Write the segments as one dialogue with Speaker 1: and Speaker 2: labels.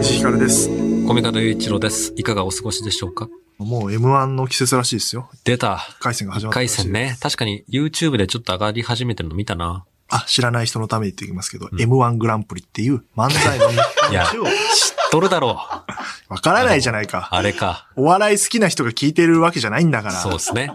Speaker 1: 石原です。
Speaker 2: コミカド雄一郎です。いかがお過ごしでしょうか
Speaker 1: もう M1 の季節らしいですよ。
Speaker 2: 出た。
Speaker 1: 回線が始まったら
Speaker 2: 回
Speaker 1: しい。
Speaker 2: 線ね。確かに YouTube でちょっと上がり始めてるの見たな。
Speaker 1: あ、知らない人のために言っておきますけど、M1 グランプリっていう漫才の日
Speaker 2: いや
Speaker 1: 本を
Speaker 2: どれだろう
Speaker 1: わからないじゃないか。
Speaker 2: あれか。
Speaker 1: お笑い好きな人が聞いてるわけじゃないんだから。
Speaker 2: そうですね。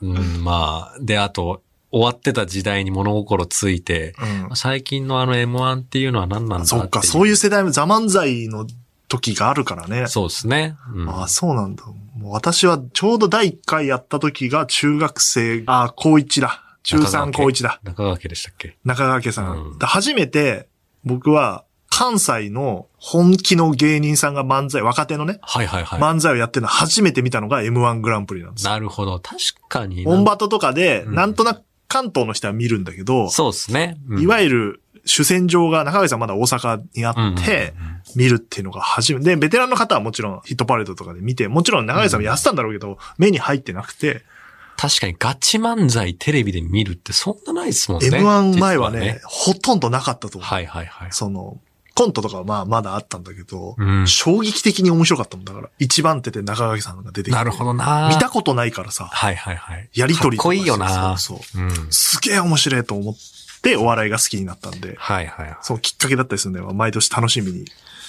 Speaker 2: うん、まあ。で、あと、終わってた時代に物心ついて、
Speaker 1: う
Speaker 2: 最近のあの M1 っていうのは何な
Speaker 1: ん。
Speaker 2: んだってい
Speaker 1: そっか、そういう世代もザ漫才の時があるからね。
Speaker 2: そうですね。うん。
Speaker 1: あそうなんだ。もう私はちょうど第1回やった時が中学生、あ、高1だ。中3高1だ。
Speaker 2: 中川家でしたっけ
Speaker 1: 中川家さん。
Speaker 2: うん
Speaker 1: で初めて僕は関西の本気の芸人さんが漫才、若手のね、
Speaker 2: はいはいはい。
Speaker 1: 漫才をやってるの初めて見たのが M1 グランプリなんですよ。
Speaker 2: なるほど。確かにな。
Speaker 1: オンバトとかで、
Speaker 2: うん
Speaker 1: なんとなく関東の人は見るんだけど、
Speaker 2: そうですね。
Speaker 1: いわ
Speaker 2: ゆ
Speaker 1: ゆる主戦場が中川家さんまだ大阪にあって、見るっていうのが初めて、で、ベテランの方はもちろんヒットパレードとかで見て、もちろん中川家さんもやってたんだろうけど、目に入ってなくて、
Speaker 2: 確かにガチ漫才テレビで見るってそんなないですもんね。
Speaker 1: M1 前は
Speaker 2: 実
Speaker 1: ね、ほとんどなかったと思う。
Speaker 2: はいはいはい。
Speaker 1: その、コントとかはまあまだあったんだけど、
Speaker 2: うん
Speaker 1: 衝撃的に面白かったもんだから。一番手で中垣さんが出てきて。
Speaker 2: なるほどな
Speaker 1: 見たことないからさ、
Speaker 2: はいはいはい。
Speaker 1: やりとりと
Speaker 2: かっこいいよ
Speaker 1: そ
Speaker 2: な
Speaker 1: うそうそう
Speaker 2: うん。
Speaker 1: すげえ面白いと思ってお笑いが好きになったんで、
Speaker 2: はいはいは
Speaker 1: そうきっかけだったりするんで、毎年楽しみに。
Speaker 2: い。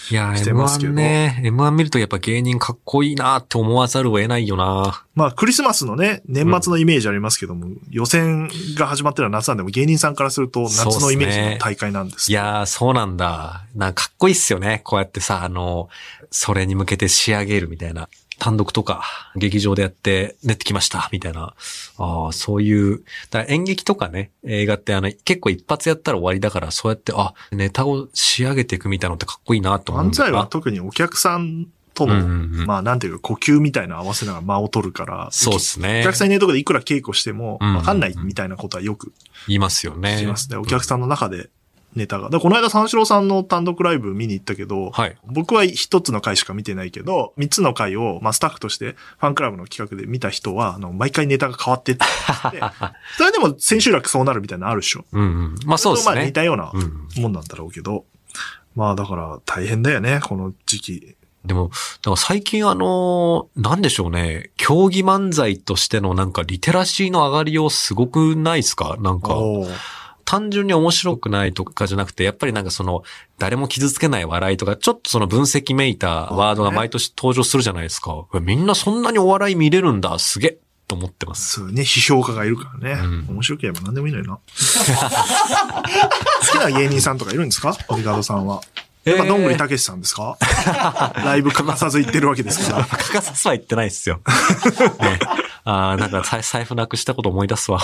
Speaker 2: いや
Speaker 1: し
Speaker 2: ー、
Speaker 1: てますけど
Speaker 2: M1 ね、M1 見るとやっぱ芸人かっこいいなって思わざるを得ないよな
Speaker 1: まあクリスマスのね、年末のイメージありますけども、予選が始まってるのは夏なんでも芸人さんからすると夏のイメージの大会なんです
Speaker 2: い
Speaker 1: けど。
Speaker 2: やー、そうなんだ。なんかかっこいいっすよね。こうやってさ、あの、それに向けて仕上げるみたいな。単独とか、劇場でやって練ってきました、みたいな。ああ、そういう。だから演劇とかね、映画ってあの、結構一発やったら終わりだから、そうやって、あ、ネタを仕上げていくみたいなのってかっこいいなと思うん
Speaker 1: 漫
Speaker 2: だ
Speaker 1: 才
Speaker 2: よな
Speaker 1: は特にお客さんと
Speaker 2: うん
Speaker 1: の、
Speaker 2: うんうん
Speaker 1: まあなんていうか呼吸みたいなの合わせながら間を取るから、
Speaker 2: そうですね
Speaker 1: お。客さんいないとこでいくら稽古しても、
Speaker 2: うん
Speaker 1: わかんないみたいなことはよく
Speaker 2: いますよね。
Speaker 1: 聞きますね。お客さんの中でネタが。だからこの間三四郎さんの単独ライブ見に行ったけど、
Speaker 2: はい。
Speaker 1: 僕は一つの回しか見てないけど、三つの回を、まあ、スタッフとして、ファンクラブの企画で見た人は、あの、毎回ネタが変わって って、それでも千秋楽そうなるみたいなのあるでしょ。
Speaker 2: うんうん。まあそうです
Speaker 1: れとまあ
Speaker 2: ね
Speaker 1: 似。たような
Speaker 2: うん、
Speaker 1: もんなんだろうけど、まあだから大変だよね、この時期。
Speaker 2: でも、だから最近あのー、なんでしょうね、競技漫才としてのなんかリテラシーの上がりをすごくないですかなんか、
Speaker 1: おー
Speaker 2: 単純に面白くないとかじゃなくて、やっぱりなんかその、誰も傷つけない笑いとか、ちょっとその分析めいたワードが毎年登場するじゃないですか。うわみんなそんなにお笑い見れるんだ、すげえと思ってます。
Speaker 1: そうね、批評家がいるからね。
Speaker 2: うん
Speaker 1: 面白ければ何でもいいのよな。 好きな芸人さんとかいるんですかオリガードさんは。やっぱ、どんぐりたけしさんです か、ライブ欠かさず行ってるわけですから。
Speaker 2: 欠かさずは言ってないっすよ。ね、ああ、なんか財財布なくしたこと思い出すわ。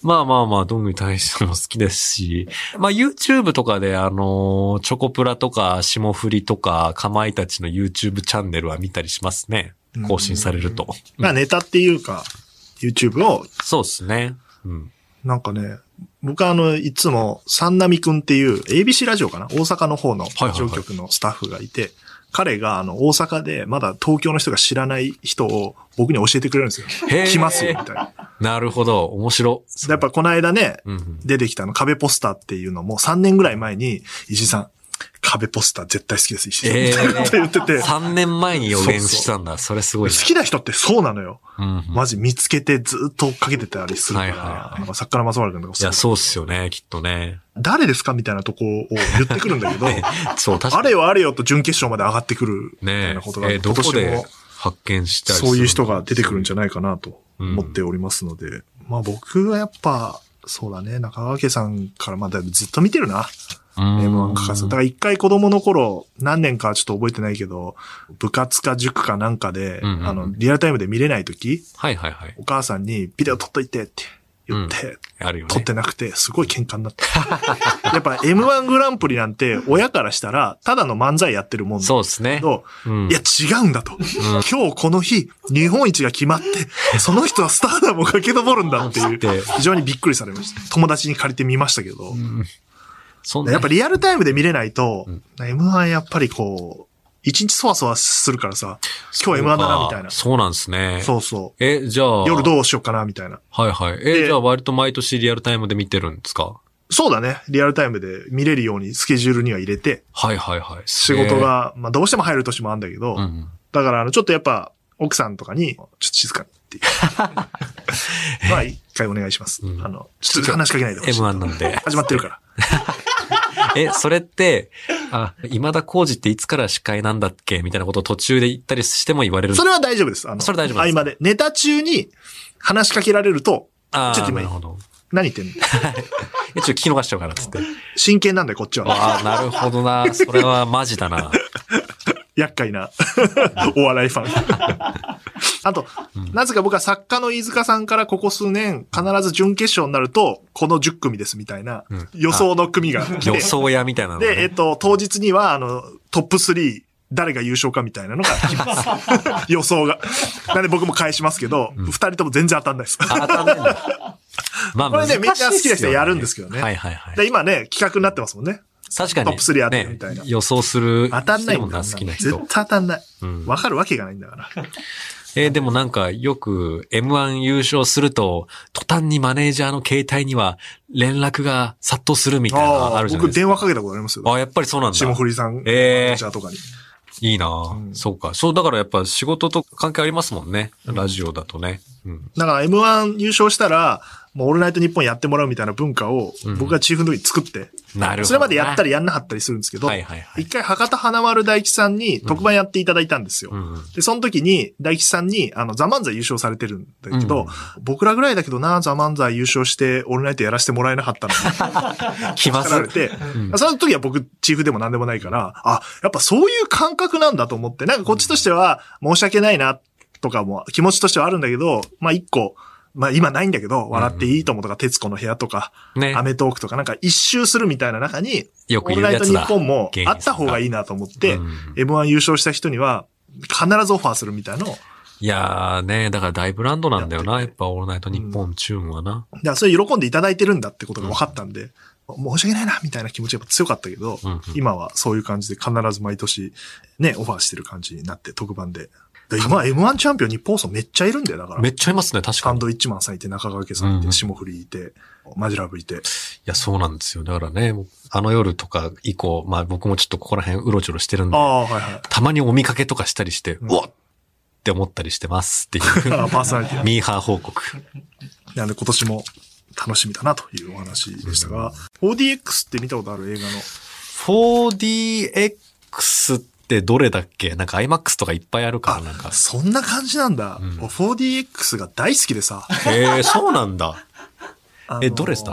Speaker 2: まあまあまあ、どんぐり大使も好きですし、まあ YouTube とかであのー、チョコプラとか、霜降りとか、かまいたちの YouTube チャンネルは見たりしますね。更新されると。
Speaker 1: まあ、ネタっていうか、YouTube を、
Speaker 2: そうですね。うん。
Speaker 1: なんかね、僕はあの、いつも、三波くんっていう、ABC ラジオかな大阪の方の
Speaker 2: はいはい
Speaker 1: 上局のスタッフがいて、彼があの、大阪で、まだ東京の人が知らない人を僕に教えてくれるんですよ
Speaker 2: へ。ー
Speaker 1: 来ますよ、みたいな。
Speaker 2: なるほど。面白。
Speaker 1: やっぱこの間ね、
Speaker 2: うんうん。
Speaker 1: 出てきたあの壁ポスターっていうのも3年ぐらい前に、石井さん、壁ポスター絶対好きです、石井さん。
Speaker 2: えー
Speaker 1: って言ってて、好
Speaker 2: 3年前に予言したんだ。それすごいな。
Speaker 1: きな人ってそうなのよ。
Speaker 2: うんうん
Speaker 1: マジ見つけてずっと追っかけてたりするから、
Speaker 2: はいはいはい
Speaker 1: なんか作家の松原君とかも
Speaker 2: い
Speaker 1: そう
Speaker 2: や、そうっすよね。きっとね。
Speaker 1: 誰ですかみたいなとこを言ってくるんだけど、
Speaker 2: そう、確か
Speaker 1: あ
Speaker 2: に。
Speaker 1: れよあれよと準決勝まで上がってくるみた
Speaker 2: ね
Speaker 1: い
Speaker 2: え、
Speaker 1: なことが、
Speaker 2: えーどこ
Speaker 1: 今年
Speaker 2: で
Speaker 1: も
Speaker 2: 発見したりする
Speaker 1: そういう人が出てくるんじゃないかなと思っておりますので、まあ僕はやっぱ、そうだね、中川家さんからまあだいぶずっと見てるな。
Speaker 2: うん、
Speaker 1: M1 欠かさず。だから一回子供の頃、何年かちょっと覚えてないけど、部活か塾かなんかで、
Speaker 2: うんうんうん
Speaker 1: あの、リアルタイムで見れない時、
Speaker 2: はいはいはい。
Speaker 1: お母さんにビデオ撮っといてって言って、
Speaker 2: あるよね。
Speaker 1: 撮ってなくて、すごい喧嘩になった。やっぱ M1 グランプリなんて、親からしたら、ただの漫才やってるもんだ
Speaker 2: そうですね
Speaker 1: け。ど、
Speaker 2: うん
Speaker 1: いや、違うんだと。今日この日、日本一が決まって、その人はスターダムを駆け上るんだっていう
Speaker 2: で、
Speaker 1: 非常にびっくりされました。友達に借りてみましたけど。
Speaker 2: そんな
Speaker 1: やっぱリアルタイムで見れないと、M1 やっぱりこう、一日そわそわするからさ、今日 M1 だな、みたいな。
Speaker 2: そうなんですね。
Speaker 1: そうそ
Speaker 2: え、じゃあ。
Speaker 1: う。夜どうしようかな、みたいな。
Speaker 2: はいはい。え、
Speaker 1: で
Speaker 2: じゃあ割と毎年リアルタイムで見てるんですか
Speaker 1: そうだね。リアルタイムで見れるようにスケジュールには入れて、
Speaker 2: はいはいはい。
Speaker 1: 仕事が、まあどうしても入る年もあるんだけど、
Speaker 2: えー。うん。
Speaker 1: だからあの、ちょっとやっぱ、奥さんとかに、ちょっと静かにって いう。まあ、一回お願いします。
Speaker 2: うん
Speaker 1: あの、ちょっと話しかけないでほしい。
Speaker 2: M1 なんで。
Speaker 1: 始まってるから。
Speaker 2: え、それって、あ、今田耕司っていつから司会なんだっけみたいなことを途中で言ったりしても言われるん
Speaker 1: それは大丈夫です。あの、
Speaker 2: それ大丈夫です
Speaker 1: 合間で。ネタ中に話しかけられると、
Speaker 2: あー
Speaker 1: ちょっと今
Speaker 2: なるほど。
Speaker 1: 何言ってんの
Speaker 2: え、ちょっと聞き逃しちゃうから、つって。
Speaker 1: 真剣なんだよ、こっちは。
Speaker 2: ああ、なるほどな。それはマジ だな。
Speaker 1: 厄介な お笑いファン。 あと、
Speaker 2: うん
Speaker 1: なぜか僕は作家の飯塚さんからここ数年、必ず準決勝になると、この10組ですみたいな
Speaker 2: うん、
Speaker 1: 予想の組が来て、
Speaker 2: 予想屋みたいなの、ね。
Speaker 1: で、えっと、当日には、あの、トップ3、誰が優勝かみたいなのが来ます。予想が。なんで僕も返しますけど、二、
Speaker 2: うん
Speaker 1: 人とも全然当たんないです。
Speaker 2: あ当たんないんだ。まあ、
Speaker 1: これね
Speaker 2: 難しい
Speaker 1: みん
Speaker 2: っすよ
Speaker 1: な好きな人やるんですけどね
Speaker 2: はいはいはい。
Speaker 1: で 今ね、企画になってますもんね。
Speaker 2: 確かに、
Speaker 1: トップ3当てる
Speaker 2: ね
Speaker 1: みたいな
Speaker 2: 予想する
Speaker 1: 当たんない
Speaker 2: 人も
Speaker 1: んだ
Speaker 2: な
Speaker 1: よ。
Speaker 2: 好きな
Speaker 1: 絶
Speaker 2: 人
Speaker 1: 対。当たんない。
Speaker 2: うん
Speaker 1: わかるわけがないんだから。
Speaker 2: えーでもなんかよく M1 優勝すると、途端にマネージャーの携帯には連絡が殺到するみたいなのあ
Speaker 1: あ
Speaker 2: る
Speaker 1: ー
Speaker 2: じゃない
Speaker 1: 僕
Speaker 2: ですか。
Speaker 1: 電話かけたことありますよ。
Speaker 2: あ、やっぱりそうなんだ。
Speaker 1: 霜降りさん、
Speaker 2: えー
Speaker 1: じゃあとかに。
Speaker 2: いいな、
Speaker 1: うん
Speaker 2: そうか。そう、だからやっぱ仕事と関係ありますもんね。ラジオだとね。うん。
Speaker 1: だから M1 優勝したら、もうオールナイト日本やってもらうみたいな文化を
Speaker 2: うん
Speaker 1: 僕がチーフの時に作って、
Speaker 2: なるほど。
Speaker 1: それまでやった
Speaker 2: り。
Speaker 1: りやんなかったりするんですけど、
Speaker 2: はいはいはい。
Speaker 1: 一回博多華丸大吉さんに特番やっていただいたんですよ。
Speaker 2: うんうん。
Speaker 1: で、その時に、大吉さんに、あの、ザ・漫才優勝されてるんだけど、
Speaker 2: うん
Speaker 1: 僕らぐらいだけどな、ザ・漫才優勝して、オールナイトやらせてもらえなかったのに、
Speaker 2: 気 ま
Speaker 1: 叱
Speaker 2: ず
Speaker 1: られ
Speaker 2: い。
Speaker 1: て、
Speaker 2: うん
Speaker 1: その時は僕、チーフでも何でもないから、あ、やっぱそういう感覚なんだと思って、なんかこっちとしては、申し訳ないな、とかも、気持ちとしてはあるんだけど、まあ一個、まあ今ないんだけど、笑っていいともとか、徹子の部屋とか、
Speaker 2: ね
Speaker 1: ア。メトークとか、なんか一周するみたいな中に、
Speaker 2: よ
Speaker 1: オ
Speaker 2: く
Speaker 1: ール
Speaker 2: 言う
Speaker 1: ナイ
Speaker 2: や
Speaker 1: ト
Speaker 2: つ
Speaker 1: 日
Speaker 2: だ。
Speaker 1: 本も
Speaker 2: 芸
Speaker 1: あ
Speaker 2: 人さんが
Speaker 1: った方がいいなと思って、
Speaker 2: うん
Speaker 1: M1 優勝した人には、必ずオファーするみたいなのを
Speaker 2: いやーね、だから大ブランドなんだよな。やっぱオールナイト日本チューンはな。
Speaker 1: だからそれ喜んでいただいてるんだってことが分かったんで、申し訳ないな、みたいな気持ちがやっぱ強かったけど、
Speaker 2: うんうん
Speaker 1: 今はそういう感じで必ず毎年ね、オファーしてる感じになって特番で。で今 M1 チャンピオン日本放送めっちゃいるんだよ、だから。
Speaker 2: めっちゃいますね、確
Speaker 1: サ
Speaker 2: か
Speaker 1: ン
Speaker 2: に。い
Speaker 1: ドイッチマンさんいて、中川家さんいて、霜降りいて、マジラブいて。
Speaker 2: や、そうなんですよ。だからね、あの夜とか以降、まあ僕もちょっとここら辺うろちょろしてるん
Speaker 1: あ
Speaker 2: で、
Speaker 1: あ、はいはい。
Speaker 2: たまにお見かけとかしたりして、
Speaker 1: ん
Speaker 2: うわっって思ったりしてますっていう、
Speaker 1: ああパーソナリティ。
Speaker 2: ミーハー報告。
Speaker 1: なんで今年も楽しみだなというお話でしたが、4DX って見たことある映画の。
Speaker 2: 4DX ってどれだっけなんか IMAX とかいっぱいあるから、なんか。
Speaker 1: そんな感じなんだ。
Speaker 2: うん
Speaker 1: もう 4DX が大好きでさ。
Speaker 2: えー、そうなんだ。
Speaker 1: あの
Speaker 2: えどれっすか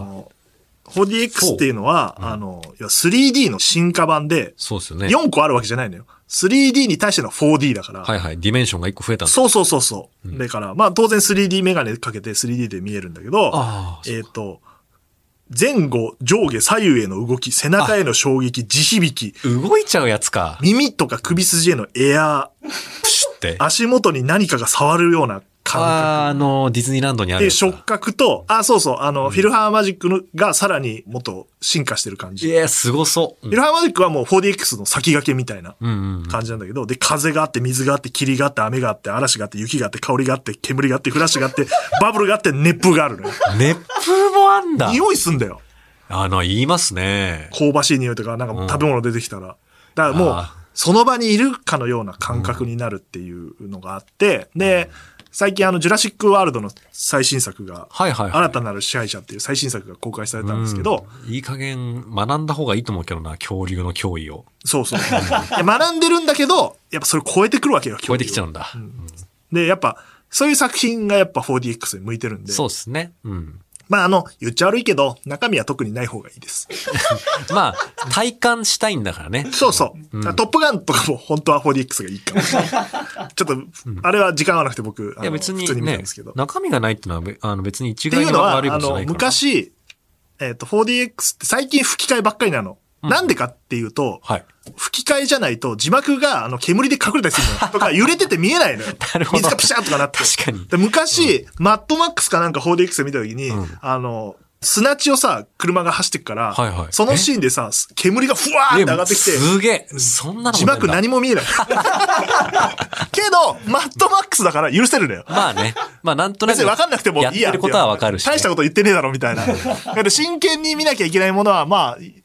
Speaker 1: 4DX っていうのは、あの、いや 3D の進化版で、
Speaker 2: そうですよね。
Speaker 1: 4個あるわけじゃないのよ。3D に対しての 4D だから。
Speaker 2: はいはい。ディメンションが1個増えたんだ。
Speaker 1: そうそうそうそう。
Speaker 2: うん
Speaker 1: だから、まあ当然 3D メガネかけて 3D で見えるんだけど、
Speaker 2: ああ、
Speaker 1: えっ、と、前後、上下、左右への動き、背中への衝撃、地響き、
Speaker 2: 動いちゃうやつか。
Speaker 1: 耳とか首筋へのエア
Speaker 2: プシュって
Speaker 1: ー、。足元に何かが触るような感覚。
Speaker 2: あーあの、ディズニーランドにある
Speaker 1: で、
Speaker 2: やつだ。
Speaker 1: 触覚と、あ、そうそう、あの、フィルハーマジックのがさらにもっと進化してる感じ
Speaker 2: い。や、すごそう。
Speaker 1: フィルハーマジックはもう 4DX の先駆けみたいな
Speaker 2: うんうんうん。
Speaker 1: 感じなんだけど、で、風があって、水があって、霧があって、雨があって、嵐があって、雪があって、香りがあって、煙があって、フラッシュがあ って、バブルがあって、熱風があるのよ。
Speaker 2: 熱風もあんだ。
Speaker 1: 匂いすんだよ。
Speaker 2: あの、言いますね。
Speaker 1: 香ばしい匂いとか、なんか食べ物出てきたら。だからもう
Speaker 2: あ、
Speaker 1: その場にいるかのような感覚になるっていうのがあって、で、最近あの、ジュラシックワールドの最新作が、
Speaker 2: はいはいはい。
Speaker 1: 新たなる支配者っていう最新作が公開されたんですけど、
Speaker 2: うんいい加減学んだ方がいいと思うけどな、恐竜の脅威を。
Speaker 1: そうそう。いや学んでるんだけど、やっぱそれを超えてくるわけよ、
Speaker 2: 超えてきちゃ
Speaker 1: う
Speaker 2: うんだ。
Speaker 1: で、やっぱ、そういう作品がやっぱ 4DX に向いてるんで。
Speaker 2: そうですね。うん。
Speaker 1: まあ、あの、言っちゃ悪いけど、中身は特にない方がいいです。
Speaker 2: まあ、体感したいんだからね。
Speaker 1: そうそう。トップガンとかも本当は 4DX がいいかもしれない。 ちょっと、あれは時間はなくて僕、あ
Speaker 2: いや
Speaker 1: の
Speaker 2: 別
Speaker 1: 普通に見た
Speaker 2: に
Speaker 1: ん
Speaker 2: ね
Speaker 1: ですけど。、っ
Speaker 2: 中身がないってのはべあの別に一
Speaker 1: てい
Speaker 2: 概
Speaker 1: う
Speaker 2: に
Speaker 1: のは、
Speaker 2: 悪い
Speaker 1: あ
Speaker 2: ことじゃ
Speaker 1: の
Speaker 2: な、いから。
Speaker 1: 昔、えっ、と、4DX って最近吹き替えばっかりなの。なんでかっていうと、
Speaker 2: はい。
Speaker 1: 吹き替えじゃないと字幕があの煙で隠れたりするの よ。とか揺れてて見えないのよ。
Speaker 2: なるほど
Speaker 1: 水がピシャーとかなって。
Speaker 2: 確かに
Speaker 1: で昔、マッドマックスかなんか 4DX で見た時に、
Speaker 2: うん
Speaker 1: あの、砂地をさ、車が走ってくから、
Speaker 2: はいはい
Speaker 1: そのシーンでさ、煙がふわーって上がってきて、
Speaker 2: すげえ。そんなの
Speaker 1: 字幕何も見 えない。けど、マッドマックスだから許せるのよ。
Speaker 2: まあね。まあなんとなく。
Speaker 1: 別に分かんなくてもいいやっていう
Speaker 2: やってることは分かるしね。
Speaker 1: 大したこと言ってねえだろみた いな。だから真剣に見なきゃいけないものは、まあ、い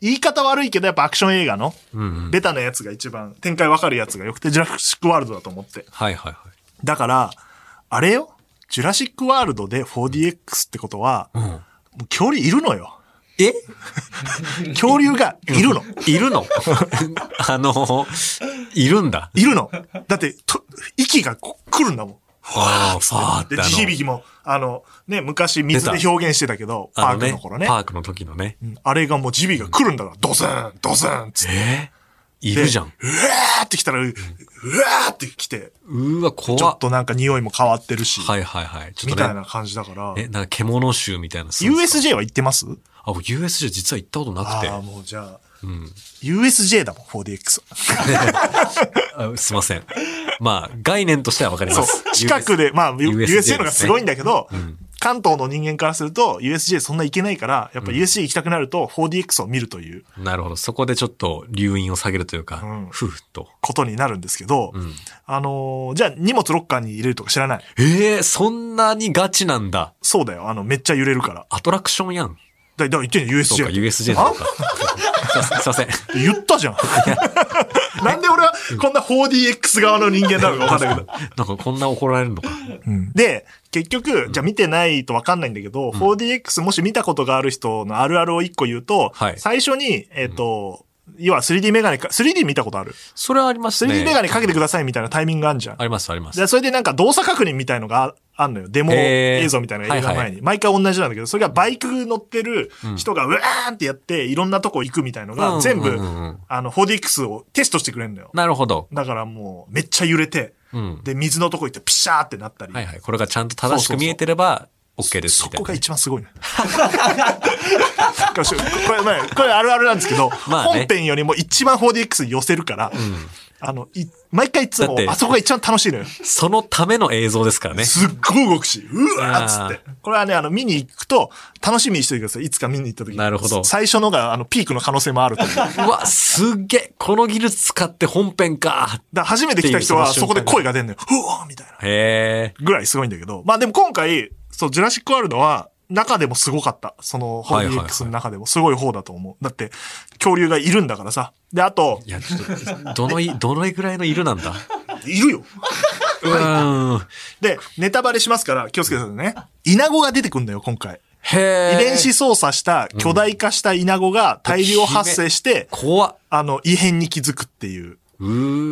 Speaker 1: 言い方悪いけど、やっぱアクション映画の、
Speaker 2: うんうん。
Speaker 1: ベタなやつが一番、展開分かるやつがよくて、ジュラシックワールドだと思って。
Speaker 2: はいはいはい。
Speaker 1: だから、あれよジュラシックワールドで 4DX ってことは、もう恐竜いるのよ。
Speaker 2: え
Speaker 1: 恐竜がいるの。
Speaker 2: いるのあの、いるんだ。
Speaker 1: いるの。だって、と息がこう来るんだもん。
Speaker 2: ああ、
Speaker 1: で、地響きも、あの、ね、昔水で表現してたけど、パ
Speaker 2: あ
Speaker 1: ー
Speaker 2: の
Speaker 1: ク
Speaker 2: ね
Speaker 1: の頃ね。
Speaker 2: パークの時のね。
Speaker 1: うんあれがもう地響が来るんだから、ドスン、ドスンっつって。
Speaker 2: えーいるじゃん。
Speaker 1: うわーって来たら、ううわーって来て、
Speaker 2: うーわ、怖
Speaker 1: ちょ
Speaker 2: っ
Speaker 1: っ。となんか匂いも変わってるし、
Speaker 2: はいはいはい。ちょ
Speaker 1: み
Speaker 2: っと
Speaker 1: たい
Speaker 2: ね。
Speaker 1: な感じだから、
Speaker 2: え、なんか獣臭みたいな。
Speaker 1: USJ は行ってます
Speaker 2: あ、僕 USJ 実は行ったことなくて
Speaker 1: ああ、。もうじゃあ、
Speaker 2: うん。
Speaker 1: USJ だもん、4DX。
Speaker 2: あすいません。まあ、概念としてはわかります。
Speaker 1: 近くで、まあ、
Speaker 2: USJ です
Speaker 1: USJ
Speaker 2: ね
Speaker 1: のがすごいんだけど
Speaker 2: ん、
Speaker 1: 関東の人間からすると、USJ そんな行けないから、やっぱ USJ 行きたくなると、4DX を見るという
Speaker 2: なるほど。そこでちょっと留飲を下げるというか、
Speaker 1: うん
Speaker 2: ふうっと。
Speaker 1: ことになるんですけど、
Speaker 2: うん。
Speaker 1: あのー、じゃあ荷物ロッカーに入れるとか知らない。
Speaker 2: ええそんなにガチなんだ。
Speaker 1: そうだよ、あの、めっちゃ揺れるから。
Speaker 2: アトラクションやん。
Speaker 1: だだから言ってんの、
Speaker 2: そうか、
Speaker 1: USJ。
Speaker 2: USJ なのか。 すいません。
Speaker 1: 言ったじゃん。 なんで俺はこんな 4DX 側の人間なのか分かんないけど。
Speaker 2: なんかこんな怒られるのか。
Speaker 1: で、結局、じゃあ見てないと分かんないんだけど、4DX もし見たことがある人のあるあるを1個言うと、
Speaker 2: はい
Speaker 1: 最初に、えっ、と、要は 3D メガネか、3D 見たことある。
Speaker 2: それはありますね。
Speaker 1: 3D メガネかけてくださいみたいなタイミングあるじゃん
Speaker 2: あ。ります、あります。
Speaker 1: で、それでなんか動作確認みたいのがああんのよ。デモ
Speaker 2: へー
Speaker 1: 映像みたいなのが映画前に。
Speaker 2: はい
Speaker 1: 毎回同じなんだけど、それがバイク乗ってる人がうわーんってやって、いろんなとこ行くみたいの
Speaker 2: うんうんうんう
Speaker 1: が、
Speaker 2: ん
Speaker 1: 全部、あの、4DX をテストしてくれるのよ。
Speaker 2: なるほど。
Speaker 1: だからもう、めっちゃ揺れて、
Speaker 2: うん。
Speaker 1: で、水のとこ行ってピシャーってなったり。
Speaker 2: はいはい。これがちゃんと正しく見えてれば、OK です
Speaker 1: そ
Speaker 2: みた い
Speaker 1: こ
Speaker 2: な。
Speaker 1: が一番すごいね。これ、まあこれあるあるなんですけど、
Speaker 2: まあね
Speaker 1: 本編よりも一番 4DX に寄せるから、あの、い毎回いつ
Speaker 2: だ
Speaker 1: も
Speaker 2: っ、て
Speaker 1: あそこが一番楽しいのよ。
Speaker 2: そのための映像ですからね。
Speaker 1: すっごい動くし、うわーっつ
Speaker 2: あ
Speaker 1: っ
Speaker 2: ー
Speaker 1: て。これはね、あの、見に行くと、楽しみにしておいてください。いつか見に行った時に
Speaker 2: なるほど
Speaker 1: 最初のが、あの、ピークの可能性もあると思う。だか
Speaker 2: うわ、すっげえこの技術使って本編から
Speaker 1: 初めて来た 人は、
Speaker 2: っ
Speaker 1: そ
Speaker 2: ていうその瞬間
Speaker 1: こで声が出んのよ。うわーみたいな。
Speaker 2: へえ。
Speaker 1: ぐらいすごいんだけど。まあでも今回、そう、ジュラシックワールドは、中でもすごかった。その、ホ
Speaker 2: は
Speaker 1: ー
Speaker 2: いはい
Speaker 1: リ
Speaker 2: はい
Speaker 1: ー X の中でもすごい方だと思う。だって、恐竜がいるんだからさ。で、あと、
Speaker 2: いや、ちょっと、ど のい、どのぐらいの色なんだ
Speaker 1: いるよ。
Speaker 2: うーん。
Speaker 1: で、ネタバレしますから、気をつけてくださいね。イナゴが出てくんだよ、今回。
Speaker 2: へ
Speaker 1: 遺
Speaker 2: え。
Speaker 1: 伝子操作した、巨大化したイナゴが大量発生して、
Speaker 2: 怖っ。
Speaker 1: あの、異変に気づくっていう。
Speaker 2: う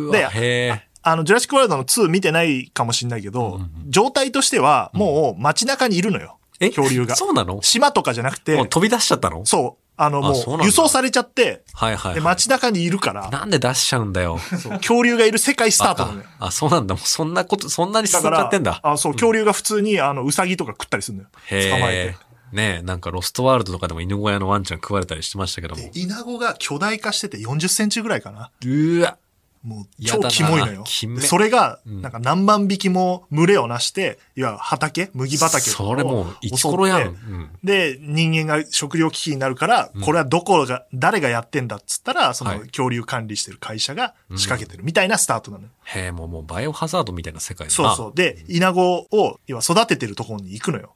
Speaker 2: ー
Speaker 1: で
Speaker 2: わ、へえ。
Speaker 1: あの、ジュラシックワールドの2見てないかもしれないけど、状態としては、もう街中にいるのよ。
Speaker 2: え
Speaker 1: 恐竜が。
Speaker 2: そうなの
Speaker 1: 島とかじゃなくて
Speaker 2: もう、飛び出しちゃったの
Speaker 1: そう。あの、
Speaker 2: あ
Speaker 1: も
Speaker 2: そうな
Speaker 1: う、
Speaker 2: んだ
Speaker 1: 輸送されちゃって、
Speaker 2: はいはいはい。
Speaker 1: で、街中にいるから、
Speaker 2: なんで出しちゃうんだよ。
Speaker 1: 恐竜がいる世界スタートなのよ。
Speaker 2: あ、そうなんだ。もうそんなこと、そんなに進
Speaker 1: だ
Speaker 2: んじ
Speaker 1: か
Speaker 2: ゃ
Speaker 1: ら
Speaker 2: ってんだ、。
Speaker 1: あそう、恐竜が普通に、あの、ウサギとか食ったりするのよ。
Speaker 2: へ
Speaker 1: 捕まえ
Speaker 2: え。ねえ、なんかロストワールドとかでも犬小屋のワンちゃん食われたりしてましたけども
Speaker 1: て。。イナゴが巨大化してて40センチぐらいかな。
Speaker 2: うわ。
Speaker 1: もう
Speaker 2: や
Speaker 1: 超
Speaker 2: だな
Speaker 1: キモいのよ
Speaker 2: キ。メ
Speaker 1: でそれが、なんか何万匹も群れをなして、いわゆる畑麦畑とかを
Speaker 2: それもう、イチコロやん。
Speaker 1: 襲
Speaker 2: う
Speaker 1: って
Speaker 2: ん。
Speaker 1: で、人間が食糧危機になるから、これはどこが、誰がやってんだっつったら、そ
Speaker 2: は
Speaker 1: の
Speaker 2: い
Speaker 1: 恐竜管理してる会社が仕掛けてるみたいなスタートなのよ。
Speaker 2: へえ、もうもうバイオハザードみたいな世界だな
Speaker 1: そうそう。で、イナゴを、要は育ててるところに行くのよ。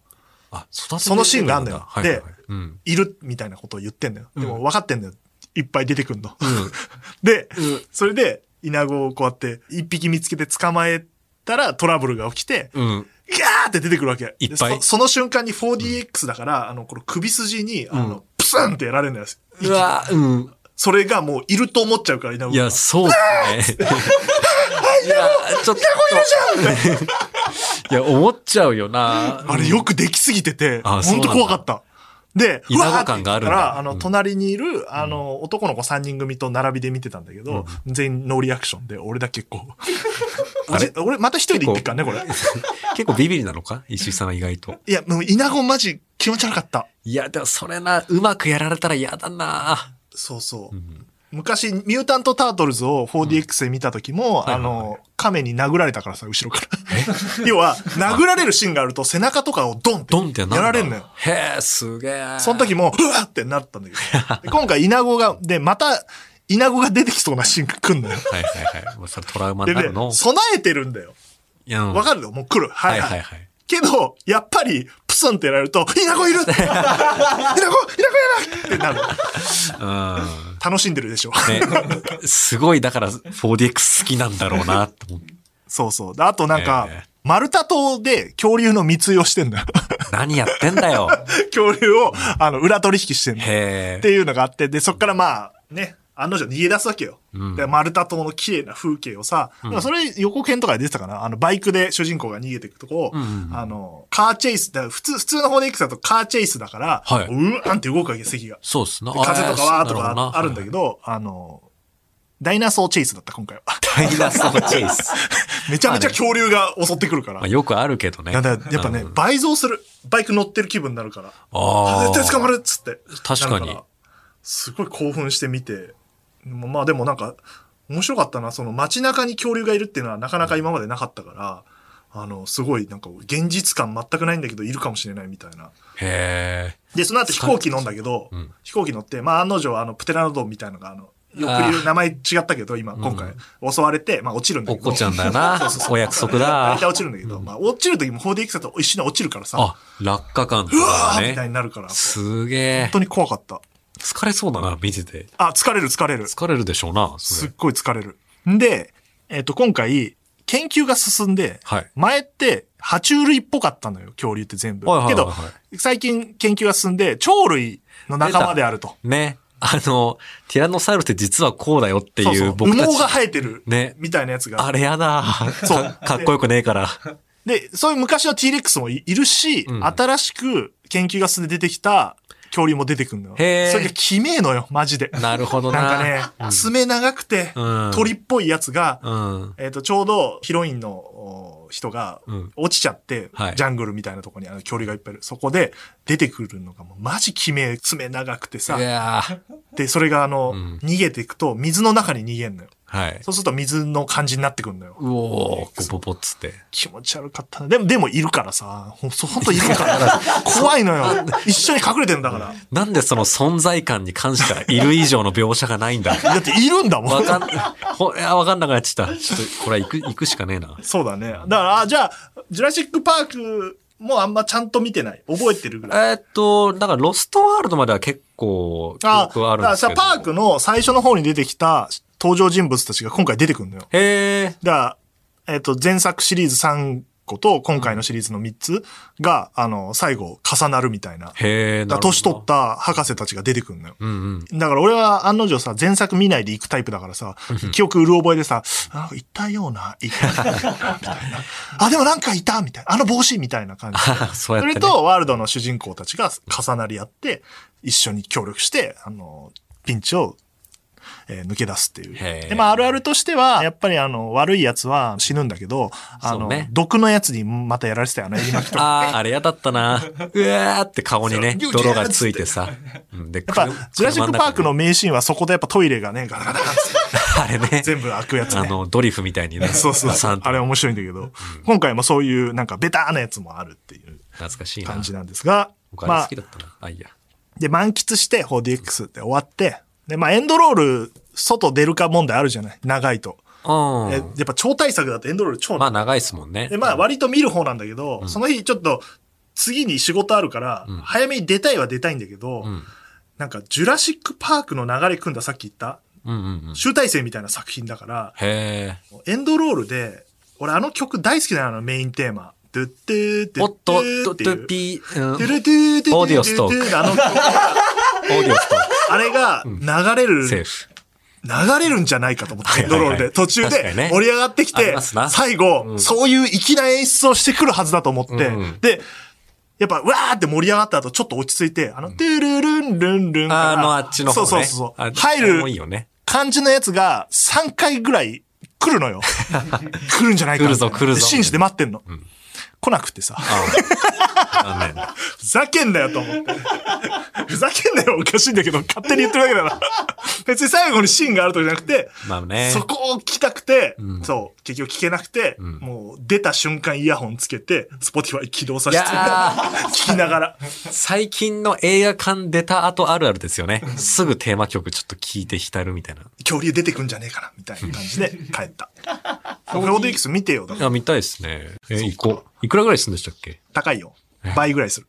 Speaker 2: あ、育ててる
Speaker 1: そのシーンがあんだよ
Speaker 2: はいはいはい
Speaker 1: で
Speaker 2: うん。
Speaker 1: いるみたいなことを言ってんだよ。で
Speaker 2: う
Speaker 1: も
Speaker 2: ん
Speaker 1: 分かってんだよ。いっぱい出てくんの。 で、
Speaker 2: うん
Speaker 1: それで、イナゴをこうやって、一匹見つけて捕まえたらトラブルが起きて、
Speaker 2: うん。
Speaker 1: ガーって出てくるわけ。
Speaker 2: いっぱい
Speaker 1: でそその瞬間に 4DX だから、あの、この首筋に、あの、プスンってやられるんです。
Speaker 2: うわ、うん。
Speaker 1: それがもういると思っちゃうから、稲
Speaker 2: いや、
Speaker 1: 子
Speaker 2: そうですね。 いや、ちょっと。 いや、思っちゃうよな。
Speaker 1: あれよくできすぎてて、
Speaker 2: あ
Speaker 1: ほんと
Speaker 2: そうなんだ
Speaker 1: 怖かった。で、
Speaker 2: 稲子
Speaker 1: うわーって
Speaker 2: 感があるん
Speaker 1: 言
Speaker 2: だ
Speaker 1: ったら、あの、
Speaker 2: うん
Speaker 1: 隣にいる、あの、男の子3人組と並びで見てたんだけど、全員ノーリアクションで、俺だけこう。
Speaker 2: あれ
Speaker 1: じ俺、また一人で行ってっからね、これ。
Speaker 2: 結構ビビりなのか石井さんは意外と。
Speaker 1: いや、もう、稲子マジ気持ち悪かった。
Speaker 2: いや、でもそれな、うまくやられたら嫌だな。
Speaker 1: そうそう。昔、ミュータント・タートルズを 4DX で見た時も、
Speaker 2: う
Speaker 1: あ
Speaker 2: んはいはいは
Speaker 1: の、亀に殴られたからさ、後ろ から。要は、殴られるシーンがあると背中とかをドンって
Speaker 2: ドンってなんだ
Speaker 1: やられんのよ。
Speaker 2: へえ、すげえ。
Speaker 1: その時も、うわってなったんだけ ど。で今回、イナゴが、で、また、イナゴが出てきそうなシーンが来んのよ。
Speaker 2: はいはいはい。もうそれトラウマ
Speaker 1: で
Speaker 2: にな
Speaker 1: ね
Speaker 2: るの。
Speaker 1: 備えてるんだよ。
Speaker 2: いや、うん
Speaker 1: わかるよ、もう来る。は
Speaker 2: はいい
Speaker 1: は
Speaker 2: はいい。はい。
Speaker 1: けど、やっぱり、プスンってやられると、イナゴい るイナゴイナゴやらってなる。
Speaker 2: うん。
Speaker 1: 楽しんでるでしょ。
Speaker 2: ね、すごい、だから 4DX 好きなんだろうな、と思って。
Speaker 1: そうそう。であとなんか、
Speaker 2: ええ
Speaker 1: マルタ島で恐竜の密輸をしてんだよ。
Speaker 2: 何やってんだよ。
Speaker 1: 恐竜を、あの、裏取引してんだよ
Speaker 2: へ
Speaker 1: っ
Speaker 2: え。
Speaker 1: ていうのがあって、で、そっからまあ、ね、案の定逃げ出すわけよ。
Speaker 2: うん
Speaker 1: で、丸太島の綺麗な風景をさ、でもそれ予告編とかで出てたかなあの、バイクで主人公が逃げていくとこを、
Speaker 2: うんうんうん
Speaker 1: あの、カーチェイス、だから普通、普通の方で行くとカーチェイスだから、
Speaker 2: はいう
Speaker 1: わんって動くわけ、席が。
Speaker 2: そうっすな。
Speaker 1: で風とかわーと
Speaker 2: あ
Speaker 1: かあるんだけ。ど、あの、ダイナソーチェイスだった、今回は。
Speaker 2: そうなるほどなはいダイナソーチェイス。
Speaker 1: めちゃめちゃ恐竜が襲ってくるから
Speaker 2: まあ、。よくあるけどね。
Speaker 1: なんだやっぱね
Speaker 2: うん、
Speaker 1: 倍増する。バイク乗ってる気分になるから。
Speaker 2: ああ。
Speaker 1: 絶対捕まるっつって。
Speaker 2: 確かに
Speaker 1: なるら。すごい興奮して見て。まあでもなんか、面白かったな。その街中に恐竜がいるっていうのはなかなか今までなかったから、あの、すごいなんか現実感全くないんだけど、いるかもしれないみたいな。
Speaker 2: へえ。
Speaker 1: で、その後飛行機乗んだけど、
Speaker 2: うん
Speaker 1: 飛行機乗って、まあ案の定あの、プテラノドンみたいのが、あの、よ
Speaker 2: あ
Speaker 1: く
Speaker 2: ー
Speaker 1: 言う名前違ったけど、今、今回、襲われて、まあ落ちるんだけ
Speaker 2: 落っ
Speaker 1: ど。
Speaker 2: こちゃうんだよな。お約束
Speaker 1: 大
Speaker 2: だ
Speaker 1: 体。落ちるんだけど、まあ落ちる時も 4DX だと一緒に落ちるからさ、
Speaker 2: あ、落下感と
Speaker 1: うわ
Speaker 2: か
Speaker 1: ーみたい
Speaker 2: ね。
Speaker 1: になるから、本
Speaker 2: すげえ
Speaker 1: 当。に怖かった。
Speaker 2: 疲れそうだな、見てて。
Speaker 1: あ、疲れる疲れる。
Speaker 2: 疲れるでしょうな、そ
Speaker 1: すっ
Speaker 2: れ。
Speaker 1: ごい疲れる。んで、えっ、と、今回、研究が進んで、
Speaker 2: はい。
Speaker 1: 前って、爬虫類っぽかったのよ、恐竜って全部。
Speaker 2: はいはい
Speaker 1: け
Speaker 2: はい
Speaker 1: ど
Speaker 2: はい、
Speaker 1: 最近研究が進んで、鳥類の仲間であると。
Speaker 2: ね。あの、ティラノサウルスって実はこうだよって
Speaker 1: そう
Speaker 2: い
Speaker 1: そうう。
Speaker 2: 僕
Speaker 1: 羽
Speaker 2: たち
Speaker 1: 毛。が生えてる。
Speaker 2: ね
Speaker 1: みたいなやつが。
Speaker 2: あれやだ。
Speaker 1: そう
Speaker 2: かかっこよくねえから。
Speaker 1: で、そういう昔の T-Rex もいいるし、
Speaker 2: うん
Speaker 1: 新しく研究が進んで出てきた恐竜も出てくるのよ。
Speaker 2: へー
Speaker 1: それがきめえのよ、マジで。
Speaker 2: なるほどな。
Speaker 1: なんかね、爪長くて、
Speaker 2: うん
Speaker 1: 鳥っぽいやつが、
Speaker 2: うん。
Speaker 1: えっ、と、ちょうどヒロインのお人が
Speaker 2: うん
Speaker 1: 落ちちゃって、
Speaker 2: はい
Speaker 1: ジャングルみたいなとこにあの恐竜がいっぱいいる。そこで出てくるのがもうマジ決め、爪長くてさ
Speaker 2: い、やー
Speaker 1: で、それがあの、
Speaker 2: うん
Speaker 1: 逃げていくと水の中に逃げんのよ。
Speaker 2: はい。
Speaker 1: そうすると水の感じになってくるのよ。
Speaker 2: うおー、ポポポっつって。
Speaker 1: 気持ち悪かったな。でも、でもいるからさ、ほんとほんといるから、怖いのよ。一緒に隠れてんだから。
Speaker 2: なんでその存在感に関してはいる以上の描写がないんだ
Speaker 1: だっているんだも
Speaker 2: わ
Speaker 1: ん。
Speaker 2: かん、 ほ、いやわかんなくなっちゃった。ちょっと、これは行く、行くしかねえな。
Speaker 1: そうだね。だから、あじゃあ、ジュラシックパークもあんまちゃんと見てない。覚えてるぐらい。
Speaker 2: えーっと、だからロストワールドまでは結構、記
Speaker 1: あ、
Speaker 2: 憶はあるんですけど。
Speaker 1: だからさ、パークの最初の方に出てきた登場人物たちが今回出てくるのよ。
Speaker 2: へえ。
Speaker 1: だから、えっ、と、前作シリーズ3個と今回のシリーズの3つが、あの、最後重なるみたいな。だか
Speaker 2: へえ。な
Speaker 1: ら
Speaker 2: るほど
Speaker 1: 年取っ。た博士たちが出てくるのよ。
Speaker 2: うんうん。
Speaker 1: だから俺は案の定さ、前作見ないで行くタイプだからさ、記憶うる覚えでさ、なんかいたような、い たような、みたいな。あ、でもなんかいたみたいな。あの帽子みたいな感じ。
Speaker 2: そうやっ
Speaker 1: そ
Speaker 2: て、ね。
Speaker 1: れと、ワールドの主人公たちが重なり合って、一緒に協力して、あの、ピンチを、えー抜け出すってい
Speaker 2: へ
Speaker 1: う。
Speaker 2: ー
Speaker 1: で、まあ、あるあるとしては、やっぱりあの、悪い奴は死ぬんだけど、あ
Speaker 2: そ
Speaker 1: の、
Speaker 2: うね
Speaker 1: 毒のやつにまたやられてたよね、襟巻きとか。
Speaker 2: ああ、あれ嫌だったな。うわーって顔にね、
Speaker 1: そう
Speaker 2: 泥がついてさ。うんで、
Speaker 1: やっ ぱ、ジュラシックパークの名シーンはそこでやっぱトイレがね、ガラガラガラって
Speaker 2: 車の中に、あれね、
Speaker 1: 全部開くやつ
Speaker 2: あ
Speaker 1: ね。
Speaker 2: の、ドリフみたいにね。
Speaker 1: そうそう
Speaker 2: ガサンと
Speaker 1: あれ面白いんだけど、今回もそういうなんかベターなやつもあるっていう
Speaker 2: 懐かしいな。
Speaker 1: 感じなんですが、
Speaker 2: 僕あれ好きだったな。あ、いいや。
Speaker 1: で、満喫して、4DX って終わって、で、まあ、エンドロール、外出るか問題あるじゃない長いと。えや
Speaker 2: う
Speaker 1: っぱ超大作だとエンドロール超、
Speaker 2: ん。まあ、長いっすもんね。
Speaker 1: で、まあ、割と見る方なんだけど、その日ちょっと、次に仕事あるから、早めに出たいは出たいんだけど、
Speaker 2: うん。
Speaker 1: なんか、ジュラシックパークの流れ組んださっき言った、
Speaker 2: うんうんうん。
Speaker 1: 集大成みたいな作品だから、
Speaker 2: へえ。
Speaker 1: エンドロールで、俺あの曲大好きなのあの、メインテーマ。ドゥッドゥードゥ
Speaker 2: お
Speaker 1: ッ
Speaker 2: っと、
Speaker 1: ドゥー
Speaker 2: と、
Speaker 1: って
Speaker 2: と
Speaker 1: い、う。
Speaker 2: ピー、
Speaker 1: ドゥ
Speaker 2: うん、
Speaker 1: ルドゥードゥ
Speaker 2: オーディ
Speaker 1: ド
Speaker 2: オス
Speaker 1: ゥド
Speaker 2: ト
Speaker 1: ゥ
Speaker 2: ー
Speaker 1: ドゥーあの曲、
Speaker 2: オーディオスと、
Speaker 1: あれ が流れる
Speaker 2: セーフ。
Speaker 1: 流れるんじゃないかと思って、
Speaker 2: はいはいは
Speaker 1: ド
Speaker 2: い
Speaker 1: ロールで。途中
Speaker 2: 確
Speaker 1: で
Speaker 2: かにね
Speaker 1: 盛り上がってき
Speaker 2: あ
Speaker 1: て
Speaker 2: り、ますな
Speaker 1: 最後、
Speaker 2: うん
Speaker 1: そういう粋な演出をしてくるはずだと思って、
Speaker 2: うん
Speaker 1: で、やっぱ、わーって盛り上がった後、ちょっと落ち着いて、あの、トゥルルンルンルンから
Speaker 2: あの、あっちの方ね。
Speaker 1: そうそうそうそう。
Speaker 2: あ
Speaker 1: 入
Speaker 2: もういい
Speaker 1: る
Speaker 2: よね。
Speaker 1: 感じのやつが3回ぐらい来るのよ。来るんじゃないかみたいな。
Speaker 2: 来るぞ来るぞ
Speaker 1: で信じて待ってんの。来なくてさ、
Speaker 2: あ あ。残念。
Speaker 1: ふざけんなよと思って。ふざけんなよおかしいんだけど、勝手に言ってるだけだな。別に最後にシーンがあるとかじゃなくて、
Speaker 2: まあね。
Speaker 1: そこを聞きたくて、
Speaker 2: うん
Speaker 1: そう、結局聞けなくて、
Speaker 2: うん
Speaker 1: もう出た瞬間イヤホンつけて、スポティファイ起動さ
Speaker 2: い
Speaker 1: せて、
Speaker 2: や
Speaker 1: 聞きながら。
Speaker 2: ー最近の映画館出た後あるあるですよね。すぐテーマ曲ちょっと聞いて浸るみたいな。
Speaker 1: 恐竜出てくんじゃねえかな、みたいな感じで帰 った。ロード X 見てよ、だから
Speaker 2: あ、見たいですね。えー、行こう。いくらぐらいするんでしたっけ
Speaker 1: 高いよ。倍ぐらいする。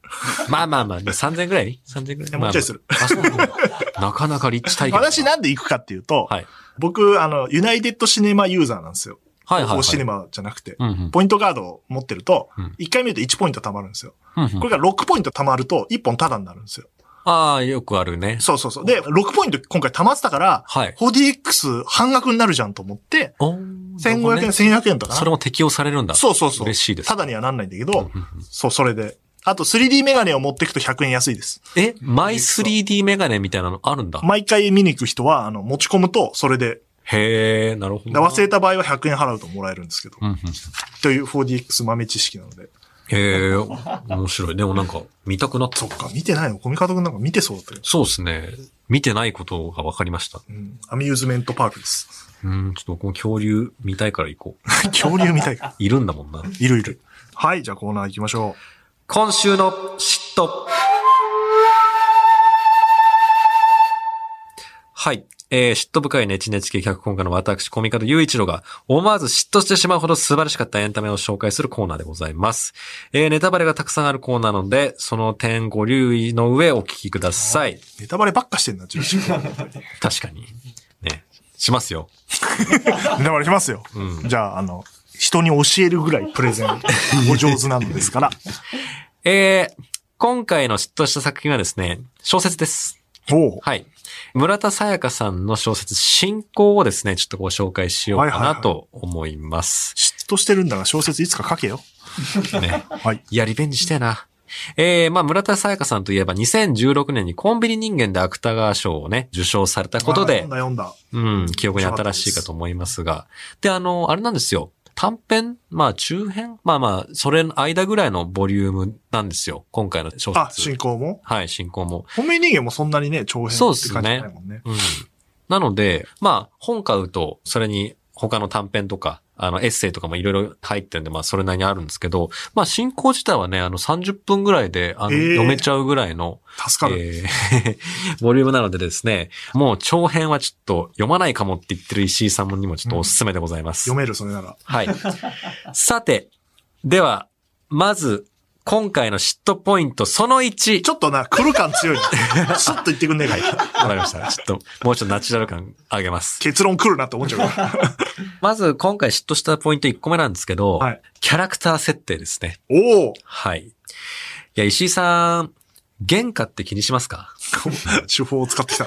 Speaker 2: まあまあまあ、3000ぐらい ?3000 ぐらい
Speaker 1: やもうちょいする
Speaker 2: まあまああそうなかなかリッチ体験。
Speaker 1: 私なんで行くかっていうと、
Speaker 2: はい。
Speaker 1: 僕、あの、ユナイテッドシネマユーザーなんですよ。
Speaker 2: はいはいはい
Speaker 1: オシネマじゃなくて。
Speaker 2: うんうん。
Speaker 1: ポイントカードを持ってると
Speaker 2: うん、
Speaker 1: 1回見ると1ポイント貯まるんですよ。
Speaker 2: うんう
Speaker 1: こ
Speaker 2: ん
Speaker 1: れが6ポイント貯まると1本タダになるんですよ。
Speaker 2: ああ、よくあるね。
Speaker 1: そうそうそう。で、6ポイント今回貯まってたから、
Speaker 2: はい。
Speaker 1: 4DX 半額になるじゃんと思って、
Speaker 2: おー
Speaker 1: 1500円、。1100円とかな。
Speaker 2: それも適用されるんだ。
Speaker 1: そうそうそう。
Speaker 2: 嬉しいです
Speaker 1: タダにはなんないんだけど、
Speaker 2: うんうん
Speaker 1: そう、それで。あと 3D メガネを持ってくと100円安いです。
Speaker 2: え、マイ 3D メガネみたいなのあるんだ。
Speaker 1: 毎回見に行く人は、あの、持ち込むと、それで、
Speaker 2: へえ、なるほどな。
Speaker 1: 忘れた場合は100円払うともらえるんですけど、
Speaker 2: うんうん。
Speaker 1: という 4DX 豆知識なので。
Speaker 2: へえ、面白い。でもなんか、見たくなった
Speaker 1: そっ。か、見てないのコミカド君なんか見てそうだったよ。
Speaker 2: そうですね。見てないことが分かりました。
Speaker 1: うん。アミューズメントパークです。
Speaker 2: うん、ちょっと僕も恐竜見たいから行こう。
Speaker 1: 恐竜みたいか。
Speaker 2: いるんだもんな。
Speaker 1: いるいる。はい、じゃあコーナー行きましょ
Speaker 2: 今週の嫉妬。はい。えー、嫉妬深いネチネチ系脚本家の私、コミカド雄一郎が思わず嫉妬してしまうほど素晴らしかったエンタメを紹介するコーナーでございます。えー、ネタバレがたくさんあるコーナーなので、その点ご留意の上お聞きください。
Speaker 1: う。ネタバレばっかしてんな、中心。 ネ
Speaker 2: 確かに。ね。しますよ。
Speaker 1: タバレしますよ。
Speaker 2: うん
Speaker 1: じゃあ、あの、人に教えるぐらいプレゼン お上手なのですから。
Speaker 2: えー、今回の嫉妬した作品はですね、小説です。
Speaker 1: おう。
Speaker 2: はい。村田沙耶香さんの小説、進行をですね、ちょっとご紹介しようか
Speaker 1: はいはい
Speaker 2: な
Speaker 1: はい
Speaker 2: と思います。
Speaker 1: 嫉妬してるんだから小説いつか書けよ。
Speaker 2: ね。
Speaker 1: はい。
Speaker 2: いや、リベンジしてえな。えー、まあ、村田沙耶香さんといえば2016年にコンビニ人間で芥川賞をね、受賞されたこと
Speaker 1: あ読
Speaker 2: で
Speaker 1: ん、だ読んだ。
Speaker 2: うん、記憶に新しいかと思いますが。で、あの、あれなんですよ。短編まあ、中編まあまあ、それの間ぐらいのボリュームなんですよ。今回の小
Speaker 1: あ、
Speaker 2: 説。
Speaker 1: 進行も
Speaker 2: はい、進行も。
Speaker 1: 本命人間もそんなにね、長編って
Speaker 2: そう
Speaker 1: 感
Speaker 2: っ
Speaker 1: じ
Speaker 2: す
Speaker 1: じ
Speaker 2: ね
Speaker 1: ゃないもんね。
Speaker 2: うん。なので、まあ、本買うと、それに他の短編とか、あの、エッセイとかもいろいろ入ってるんで、まあ、それなりにあるんですけど、まあ、進行自体はね、あの、30分ぐらいで、あ
Speaker 1: え
Speaker 2: の、
Speaker 1: ー
Speaker 2: 読めちゃうぐらいの、
Speaker 1: 助かる。
Speaker 2: えー ボリュームなのでですね、もう長編はちょっと読まないかもって言ってる石井さんにもちょっとおすすめでございます。
Speaker 1: 読める、それなら。
Speaker 2: はい。さて、では、まず、今回の嫉妬ポイント、その1。
Speaker 1: ちょっとな、来る感強い な。スッと言ってくんねえか。
Speaker 2: わかりました。ちょっと、もうちょっとナチュラル感上げます。
Speaker 1: 結論来るなって思っちゃうから。
Speaker 2: まず今回嫉妬したポイント1個目なんですけど、
Speaker 1: はい
Speaker 2: キャラクター設定ですね。
Speaker 1: おお
Speaker 2: はい。いや、石井さん、原価って気にしますか
Speaker 1: 手法を使 ってきた。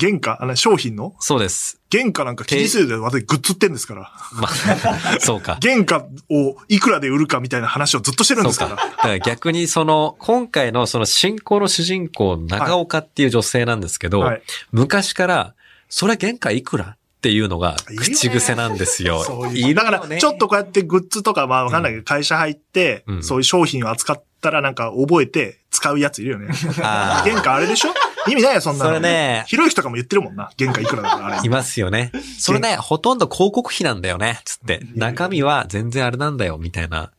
Speaker 1: 原価あの、商品の
Speaker 2: そうです。
Speaker 1: 原価なんか気にせずで私グッズ売ってんですから。
Speaker 2: ま あ、そうか。
Speaker 1: 原価をいくらで売るかみたいな話をずっとしてるん
Speaker 2: そ
Speaker 1: で
Speaker 2: う
Speaker 1: す
Speaker 2: か。
Speaker 1: か
Speaker 2: だ
Speaker 1: ら。
Speaker 2: から逆にその、今回のその進行の主人公、中岡っていう女性なんですけど、
Speaker 1: はい。
Speaker 2: 昔から、それ原価いくらっていうのが
Speaker 1: いるね
Speaker 2: 口癖なんです よ。
Speaker 1: そう
Speaker 2: いる
Speaker 1: い
Speaker 2: よ
Speaker 1: う。だから、
Speaker 2: ね
Speaker 1: ちょっとこうやってグッズとか、まあわかんないけど、会社入って
Speaker 2: う、ん
Speaker 1: そういう商品を扱ったらなんか覚えて使うやついるよね。
Speaker 2: あー
Speaker 1: 原価あれでしょ意味ないよ、そんなの。
Speaker 2: それね
Speaker 1: ひろゆきとかも言ってるもんな。原価いくらだ から、あ
Speaker 2: い
Speaker 1: れ。
Speaker 2: ますよね。それね、ほとんど広告費なんだよね、つって。中身は全然あれなんだよ、みたいな。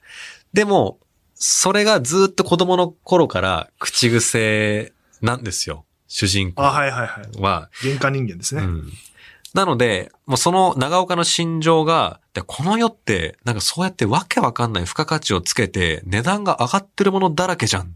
Speaker 2: でも、それがずっと子供の頃から口癖なんですよ。主人公
Speaker 1: あ、
Speaker 2: は。
Speaker 1: はいはいはい。原価人間です
Speaker 2: う
Speaker 1: ね。
Speaker 2: ん、なので、もうその長岡の心情が、でこの世って、なんかそうやってわけわかんない付加価値をつけて、値段が上がってるものだらけじゃんっ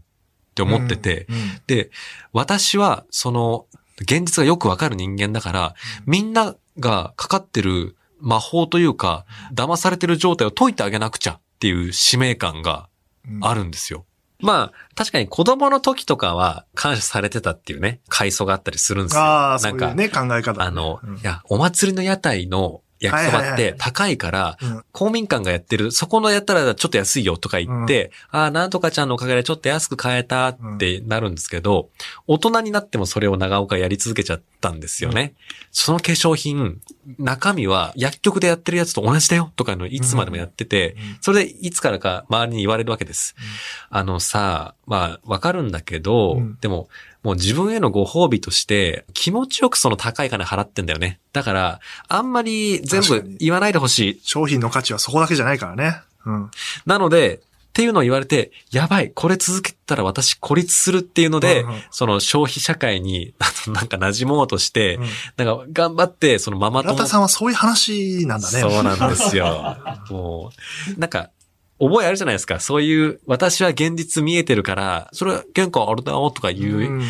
Speaker 2: て思ってて、
Speaker 1: うん。うん
Speaker 2: で、私は、その、現実がよくわかる人間だから、みんながかかってる魔法というか、騙されてる状態を解いてあげなくちゃっていう使命感が
Speaker 1: うん
Speaker 2: あるんですよ。まあ、確かに子供の時とかは感謝されてたっていうね、階層があったりするんですよ。
Speaker 1: ああ、そ
Speaker 2: な
Speaker 1: うんい
Speaker 2: か
Speaker 1: う、ね、考え方ね。
Speaker 2: あの、
Speaker 1: うん
Speaker 2: いや、お祭りの屋台の焼きそば
Speaker 1: はいはい
Speaker 2: っ
Speaker 1: は
Speaker 2: て
Speaker 1: い
Speaker 2: 高いから
Speaker 1: うん、
Speaker 2: 公民館がやってる、そこのやったらちょっと安いよとか言って、ああ、なんとかちゃんのおかげでちょっと安く買えたってなるんですけど、大人になってもそれを長岡やり続けちゃったんですよね。その化粧品、中身は薬局でやってるやつと同じだよとかのいつまでもやってて、それでいつからか周りに言われるわけです。あのさ、まあ、わかるんだけど、
Speaker 1: うん
Speaker 2: でも、もう自分へのご褒美として、気持ちよくその高い金払ってんだよね。だから、あんまり全
Speaker 1: 確か
Speaker 2: 部
Speaker 1: に
Speaker 2: 言わないでほしい。
Speaker 1: 商品の価値はそこだけじゃないからね。うん。
Speaker 2: なので、っていうのを言われて、やばい、これ続けたら私孤立するっていうので、
Speaker 1: うんうん
Speaker 2: その消費社会に、 あのなんか馴染もうとして、
Speaker 1: うん
Speaker 2: なんか頑張って、そのママ
Speaker 1: 村
Speaker 2: 友
Speaker 1: 田さんはそういう話なんだね。
Speaker 2: そうなんですよ。 もう、なんか、覚えあるじゃないですか。そういう、私は現実見えてるから、それは原価あれだよとか言う。
Speaker 1: ん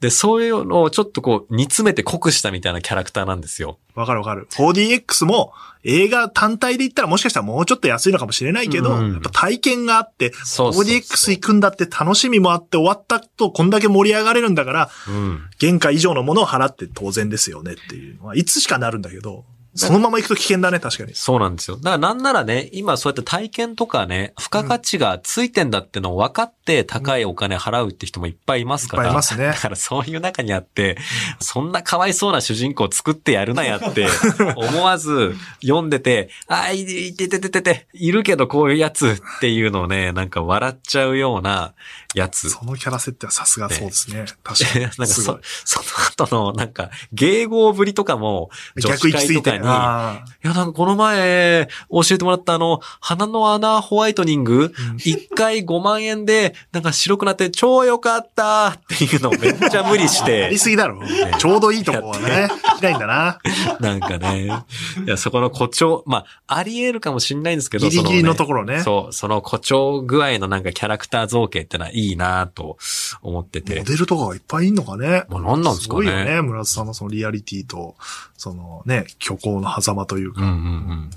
Speaker 2: で、そういうのをちょっとこう、煮詰めて濃くしたみたいなキャラクターなんですよ。
Speaker 1: わかるわかる。4DX も映画単体で言ったらもしかしたらもうちょっと安いのかもしれないけど、
Speaker 2: うん
Speaker 1: やっぱ体験があって、
Speaker 2: そうそうそう
Speaker 1: 4DX 行くんだって楽しみもあって終わったとこんだけ盛り上がれるんだから、
Speaker 2: うん。
Speaker 1: 原価以上のものを払って当然ですよねっていうのは、いつしかなるんだけど、そのまま行くと危険だね、確かに。
Speaker 2: そうなんですよ。だからなんならね、今そうやって体験とかね、付加価値がついてんだってのを分かって高いお金払うって人もいっぱいいますから。
Speaker 1: いっぱいいますね
Speaker 2: だからそういう中にあって、そんなかわいそうな主人公を作ってやるなやって思わず読んでて、あー、いいててててて、いるけどこういうやつっていうのをね、なんか笑っちゃうようなやつ。
Speaker 1: そのキャラ設定はさすがそうですね。確かに。
Speaker 2: なんか
Speaker 1: すごい
Speaker 2: そ、その後のなんか、迎合ぶりとかも、女
Speaker 1: 逆行
Speaker 2: 子
Speaker 1: き過
Speaker 2: 会と
Speaker 1: ぎて
Speaker 2: か
Speaker 1: る
Speaker 2: に、
Speaker 1: ない
Speaker 2: や、なんかこの前、教えてもらったあの、鼻の穴ホワイトニング、一回5万円で、なんか白くなって超良かったっていうのをめっちゃ無理し
Speaker 1: や
Speaker 2: て
Speaker 1: り、すぎだろ。ちょうどいいとこはね、いないんだな。
Speaker 2: なんかね、いや、そこの誇張、まあ、あり得るかもしれないんですけど、
Speaker 1: ギリギリのと
Speaker 2: こ
Speaker 1: ころね。
Speaker 2: そう、その誇張具合のなんかキャラクター造形ってのはいいなと思って
Speaker 1: モ
Speaker 2: て。
Speaker 1: デルとかがいっぱいいんのかね。
Speaker 2: まあ、なんなんです
Speaker 1: す
Speaker 2: か
Speaker 1: ごいよ
Speaker 2: ね。
Speaker 1: ね。村津さんのそのリアリティと、そのね、虚構の狭間という
Speaker 2: うんう
Speaker 1: か。
Speaker 2: んうん。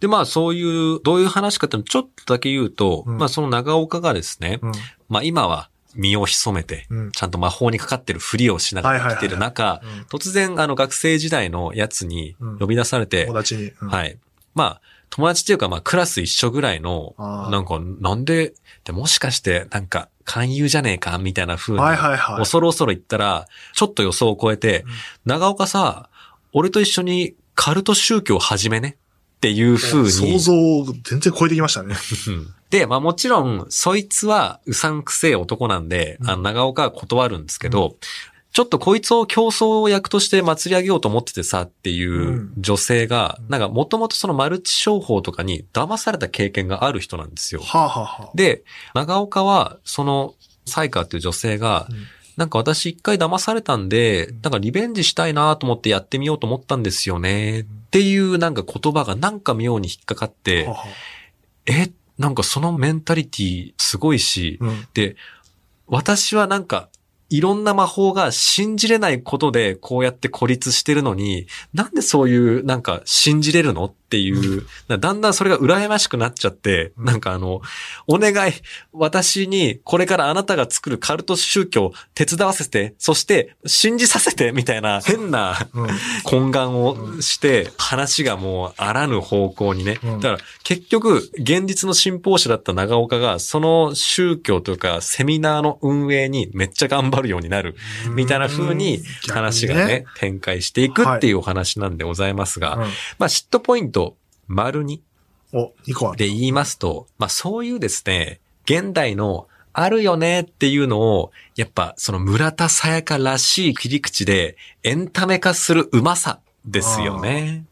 Speaker 2: で、まあ、そういう、どういう話かっていうのをちょっとだけ言うと、
Speaker 1: うん
Speaker 2: まあ、その長岡がですね、
Speaker 1: うん。
Speaker 2: まあ今は身を潜めて、
Speaker 1: うん
Speaker 2: ちゃんと魔法にかかってるふりをしながら生きてる中、
Speaker 1: うん
Speaker 2: 突然あの学生時代のやつに呼び出されて、
Speaker 1: 友達に。うん
Speaker 2: はい。まあ、友達っていうかまあクラス一緒ぐらいの、
Speaker 1: あー
Speaker 2: なんかなんで、でもしかしてなんか勧誘じゃねえかみたいな風に、
Speaker 1: はいはいはい。
Speaker 2: 恐る恐る言ったら、ちょっと予想を超えて、
Speaker 1: うん
Speaker 2: 長岡さ、俺と一緒にカルト宗教を始めねっていう風に。
Speaker 1: 想像を全然超えてきましたね。
Speaker 2: うんで、まあもちろん、そいつはうさんくせえ男なんで、
Speaker 1: うん
Speaker 2: あの長岡は断るんですけど、ちょっとこいつを競争役として祭り上げようと思っててさっていう女性が、
Speaker 1: うん
Speaker 2: なんかもともとそのマルチ商法とかに騙された経験がある人なんですよ。
Speaker 1: はあはあはあ。
Speaker 2: で、長岡はそのサイカーっていう女性が、
Speaker 1: うん
Speaker 2: なんか私一回騙されたんで、なんかリベンジしたいなと思ってやってみようと思ったんですよね。っていうなんか言葉がなんか妙に引っかかって、
Speaker 1: はあはあ
Speaker 2: え、なんかそのメンタリティすごいし、
Speaker 1: うん
Speaker 2: で、私はなんか、いろんな魔法が信じれないことでこうやって孤立してるのに、なんでそういうなんか信じれるのっていう、なだんだんそれが羨ましくなっちゃって、
Speaker 1: うん
Speaker 2: なんかあの、お願い、私にこれからあなたが作るカルト宗教を手伝わせて、そして信じさせてみたいな変な
Speaker 1: うん
Speaker 2: 懇願をして、話がもうあらぬ方向にね。
Speaker 1: うん
Speaker 2: だから結局、現実の信奉者だった長岡が、その宗教というか、セミナーの運営にめっちゃ頑張るようになる。みたいな風に話がね、。展開していくっていうお話なんでございますが、
Speaker 1: 逆にね
Speaker 2: まあ嫉妬ポイント、丸2
Speaker 1: うんお、2個ある。
Speaker 2: で言いますと、まあそういうですね、現代のあるよねっていうのを、やっぱその村田沙耶香らしい切り口でエンタメ化するうまさですよね。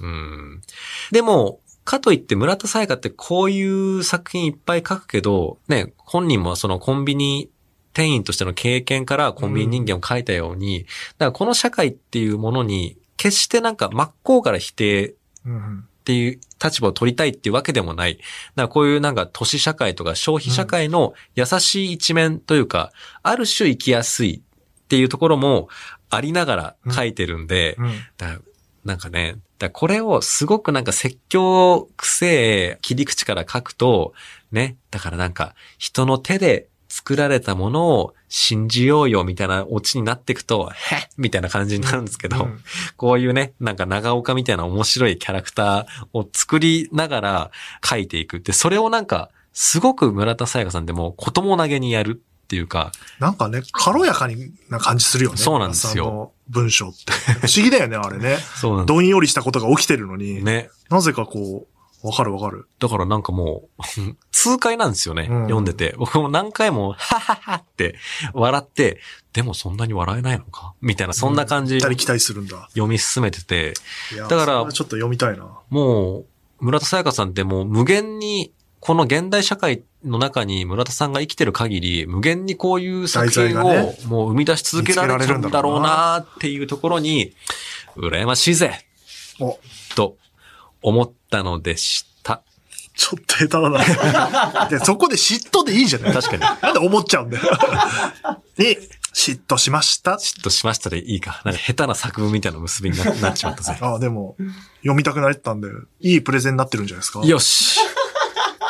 Speaker 2: うん。でも、かといって村田沙耶香ってこういう作品いっぱい書くけど、ね、本人もそのコンビニ店員としての経験からコンビニ人間を書いたように、だからこの社会っていうものに決してなんか真っ向から否定
Speaker 1: うんうん
Speaker 2: っていう立場を取りたいっていうわけでもない。だからこういうなんか都市社会とか消費社会の優しい一面というか、ある種生きやすいっていうところもありながら書いてるんで、
Speaker 1: うん
Speaker 2: だからなんかね、だからこれをすごくなんか説教くせえ切り口から書くと、ね、だからなんか人の手で作られたものを信じようよみたいなオチになっていくと、へっみたいな感じになるんですけど、
Speaker 1: うん
Speaker 2: こういうね、なんか長岡みたいな面白いキャラクターを作りながら書いていくって、それをなんか、すごく村田沙耶香さんでも子供投げにやるっていうか、
Speaker 1: なんかね、軽やかにな感じするよね。
Speaker 2: そうなんですよ
Speaker 1: あの文章って。不思議だよ ね、あれね。
Speaker 2: そうなんで
Speaker 1: どんよりしたことが起きてるのに、
Speaker 2: すね。
Speaker 1: なぜかこう、わかるわかる。
Speaker 2: だからなんかもう、痛快なんですよね、
Speaker 1: うん
Speaker 2: 読んでて。僕も何回も、はははって笑って、でもそんなに笑えないのかみたいな、そんな感じ
Speaker 1: 行ったり
Speaker 2: 読
Speaker 1: 来たりするんだ。
Speaker 2: み進めてて、
Speaker 1: いや
Speaker 2: だから
Speaker 1: それはちょっと読みたいな。
Speaker 2: もう、村田沙耶香さんってもう無限に、この現代社会の中に村田さんが生きてる限り、無限にこういう作品を
Speaker 1: 題材がね
Speaker 2: もう生み出し続けられるんだろうなっていうところに、羨ましいぜ
Speaker 1: お、
Speaker 2: と思ったのでした。
Speaker 1: ちょっと下手だ な。で、そこで嫉妬でいいじゃない
Speaker 2: 確かに。
Speaker 1: なんで思っちゃうんだよ。 に、嫉妬しました。。
Speaker 2: 嫉妬しましたでいいか。なんか下手な作文みたいな結びにななっちまった ぜ
Speaker 1: ああ、でも、読みたくなったんで、いいプレゼンになってるんじゃないですか。
Speaker 2: よし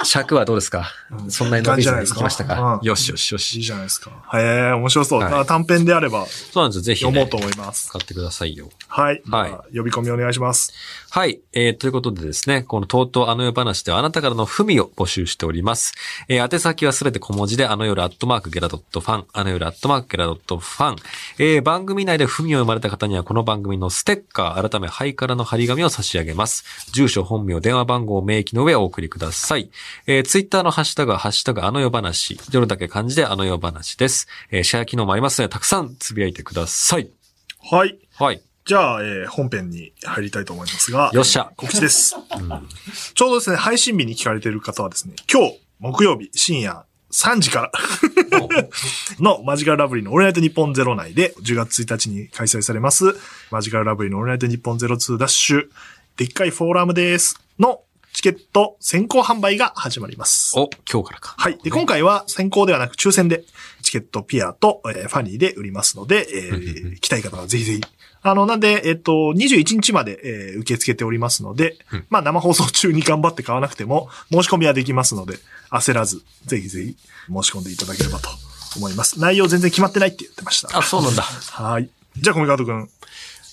Speaker 2: 尺はどうですか
Speaker 1: うん
Speaker 2: そんなに伸びずにいきました
Speaker 1: いいんじゃないです
Speaker 2: か
Speaker 1: かうん
Speaker 2: よしよしよ
Speaker 1: いい
Speaker 2: し。
Speaker 1: じゃないですか。へえ、面白そう。
Speaker 2: はい
Speaker 1: まあ短編であれば
Speaker 2: そうなんですよ。ぜひ、
Speaker 1: 読もう
Speaker 2: ね
Speaker 1: と、思います。
Speaker 2: 使ってくださいよ。
Speaker 1: はい。
Speaker 2: はい
Speaker 1: じゃあ呼び込みお願いします。
Speaker 2: はい。えーということでですね、このとうとうあの世話ではあなたからの文を募集しております。えー宛先はすべて小文字で、あの夜アットマークゲラドットファン、あの夜アットマークゲラドットファン。えー番組内で文を読まれた方には、この番組のステッカー、改め、ハイカラの張り紙を差し上げます。住所、本名、電話番号を明記の上お送りください。えー、ツイッターのハッシュタグは、ハッシュタグあの夜話、夜だけ漢字であの夜話です。えーシェア機能もありますので、たくさんつぶやいてください。
Speaker 1: はい。
Speaker 2: はい。
Speaker 1: じゃあ、えー本編に入りたいと思いますが。
Speaker 2: よっしゃ。
Speaker 1: 告知です。ちょうどですね、配信日に聞かれている方はですね、今日、木曜日深夜3時からのマジカルラブリーのオールナイトニッポンゼロ内で10月1日に開催されます、マジカルラブリーのオールナイトニッポンゼロ2ダッシュ、でっかいフォーラムですのチケット先行販売が始まります。
Speaker 2: お、今日からか。
Speaker 1: はい。で、今回は先行ではなく抽選で、チケットピアと、えーファニーで売りますので、えー来たい方はぜひぜひ。あの、なんで、えっ、と、21日まで、えー受け付けておりますので、まあ、生放送中に頑張って買わなくても、申し込みはできますので、焦らず、ぜひぜひ、申し込んでいただければと思います。内容全然決まってないって言ってました。
Speaker 2: あ、そうなんだ。
Speaker 1: はい。じゃあ、コミカート君。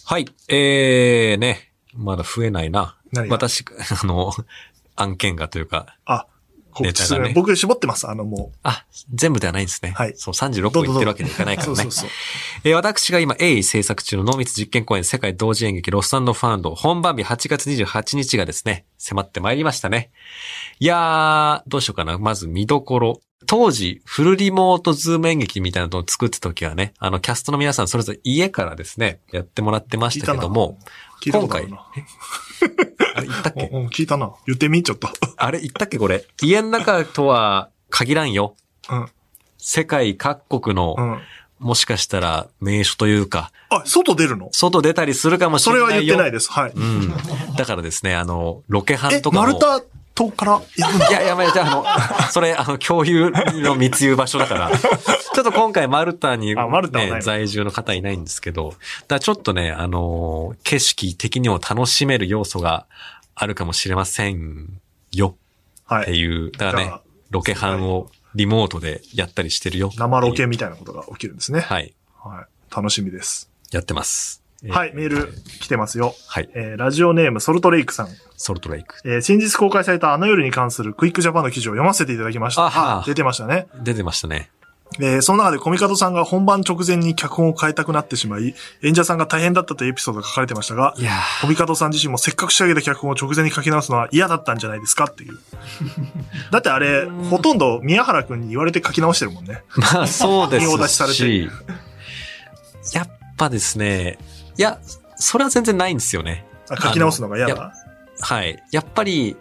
Speaker 2: はい。えー、ね。まだ増えないな。
Speaker 1: 何が
Speaker 2: 私、あの、案件がというか、
Speaker 1: あ、告知す
Speaker 2: ネタ
Speaker 1: る、
Speaker 2: がね
Speaker 1: 僕絞ってます。あの、も
Speaker 2: あ、全部ではないんですね。
Speaker 1: はい
Speaker 2: そう、36
Speaker 1: ど
Speaker 2: 個
Speaker 1: うぞ。
Speaker 2: 言ってるわけにはいかないうから
Speaker 1: そう
Speaker 2: ね。
Speaker 1: そうそう。
Speaker 2: えー私が今、鋭意制作中の濃密実験公演世界同時演劇ロスファウンド本番日8月28日がですね、迫ってまいりましたね。いやー、どうしようかな。まず見どころ。当時、フルリモートズーム演劇みたいなのを作った時はね、あの、キャストの皆さんそれぞれ家からですね、やってもらってましたけども、
Speaker 1: 聞いたことあるな。
Speaker 2: あれ、言ったっけ
Speaker 1: うんうん、聞いたな。言ってみ、ちょっと。
Speaker 2: あれ言ったっけこれ。家の中とは限らんよ。
Speaker 1: うん。
Speaker 2: 世界各国の、
Speaker 1: うん。
Speaker 2: もしかしたら名所というか、
Speaker 1: あ、外出るの
Speaker 2: 外出たりするかもし
Speaker 1: そ
Speaker 2: れ
Speaker 1: れ
Speaker 2: な
Speaker 1: はい
Speaker 2: よ。
Speaker 1: 言ってないです。はい。
Speaker 2: うん。だからですね、あの、ロケハン
Speaker 1: え
Speaker 2: と、かも。
Speaker 1: マルタ島からやるの
Speaker 2: いや、やめて、あの、それ、あの、共有の密輸場所だ から。ちょっと今回、マルタに、
Speaker 1: あマルタはない
Speaker 2: ね、在住の方いないんですけど、だからちょっとね、あの、景色的にも楽しめる要素があるかもしれませんよ。
Speaker 1: は
Speaker 2: って
Speaker 1: い。
Speaker 2: いう、だから
Speaker 1: じ
Speaker 2: ね
Speaker 1: ゃあ、
Speaker 2: ロケハンをリモートでやったりしてるよ。
Speaker 1: 生ロケみたいなことが起きるんですね。
Speaker 2: はい。
Speaker 1: はい。楽しみです。
Speaker 2: やってます。えー
Speaker 1: はい、メール来てますよ。
Speaker 2: はい。
Speaker 1: えーラジオネーム、ソルトレイクさん。
Speaker 2: ソルトレイク。
Speaker 1: えー先日公開されたあの夜に関するクイックジャパンの記事を読ませていただきました。
Speaker 2: あは
Speaker 1: あ出てましたね。
Speaker 2: 出てましたね。
Speaker 1: えーその中でコミカドさんが本番直前に脚本を変えたくなってしまい、演者さんが大変だったというエピソードが書かれてましたが
Speaker 2: い、や
Speaker 1: コミカドさん自身もせっかく仕上げた脚本を直前に書き直すのは嫌だったんじゃないですかっていう。だってあ れ、ほとんど宮原くんに言われて書き直してるもんね。
Speaker 2: ー、 まあそうで
Speaker 1: 仁王
Speaker 2: す
Speaker 1: 立ちされて
Speaker 2: し、やっぱですね、いや、それは全然ないんですよね。
Speaker 1: あ書き直すのが嫌
Speaker 2: あの
Speaker 1: だ。
Speaker 2: はい。やっぱり、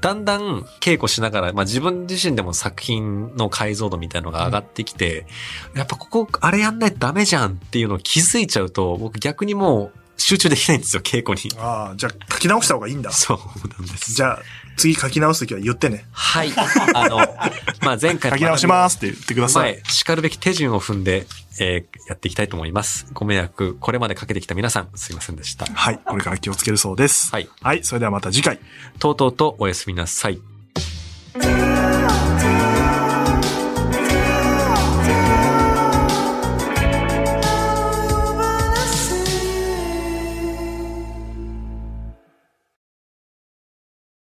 Speaker 2: だんだん稽古しながら、まあ自分自身でも作品の解像度みたいのが上がってきて、やっぱここ、あれやんないとダメじゃんっていうのを気づいちゃうと、僕逆にもう集中できないんですよ、稽古に。
Speaker 1: ああ、じゃあ書き直した方がいいんだ。
Speaker 2: そうなんです。
Speaker 1: じゃあ、次書き直すときは言ってね。
Speaker 2: はい。あ の、まあ、前回
Speaker 1: 書き直しますって言ってください。
Speaker 2: 前、叱るべき手順を踏んで、えーやっていきたいと思います。ご迷惑、これまでかけてきた皆さん、すいませんでした。
Speaker 1: はい。これから気をつけるそうです。
Speaker 2: はい。
Speaker 1: はい。それではまた次回。
Speaker 2: とうとうとおやすみなさい。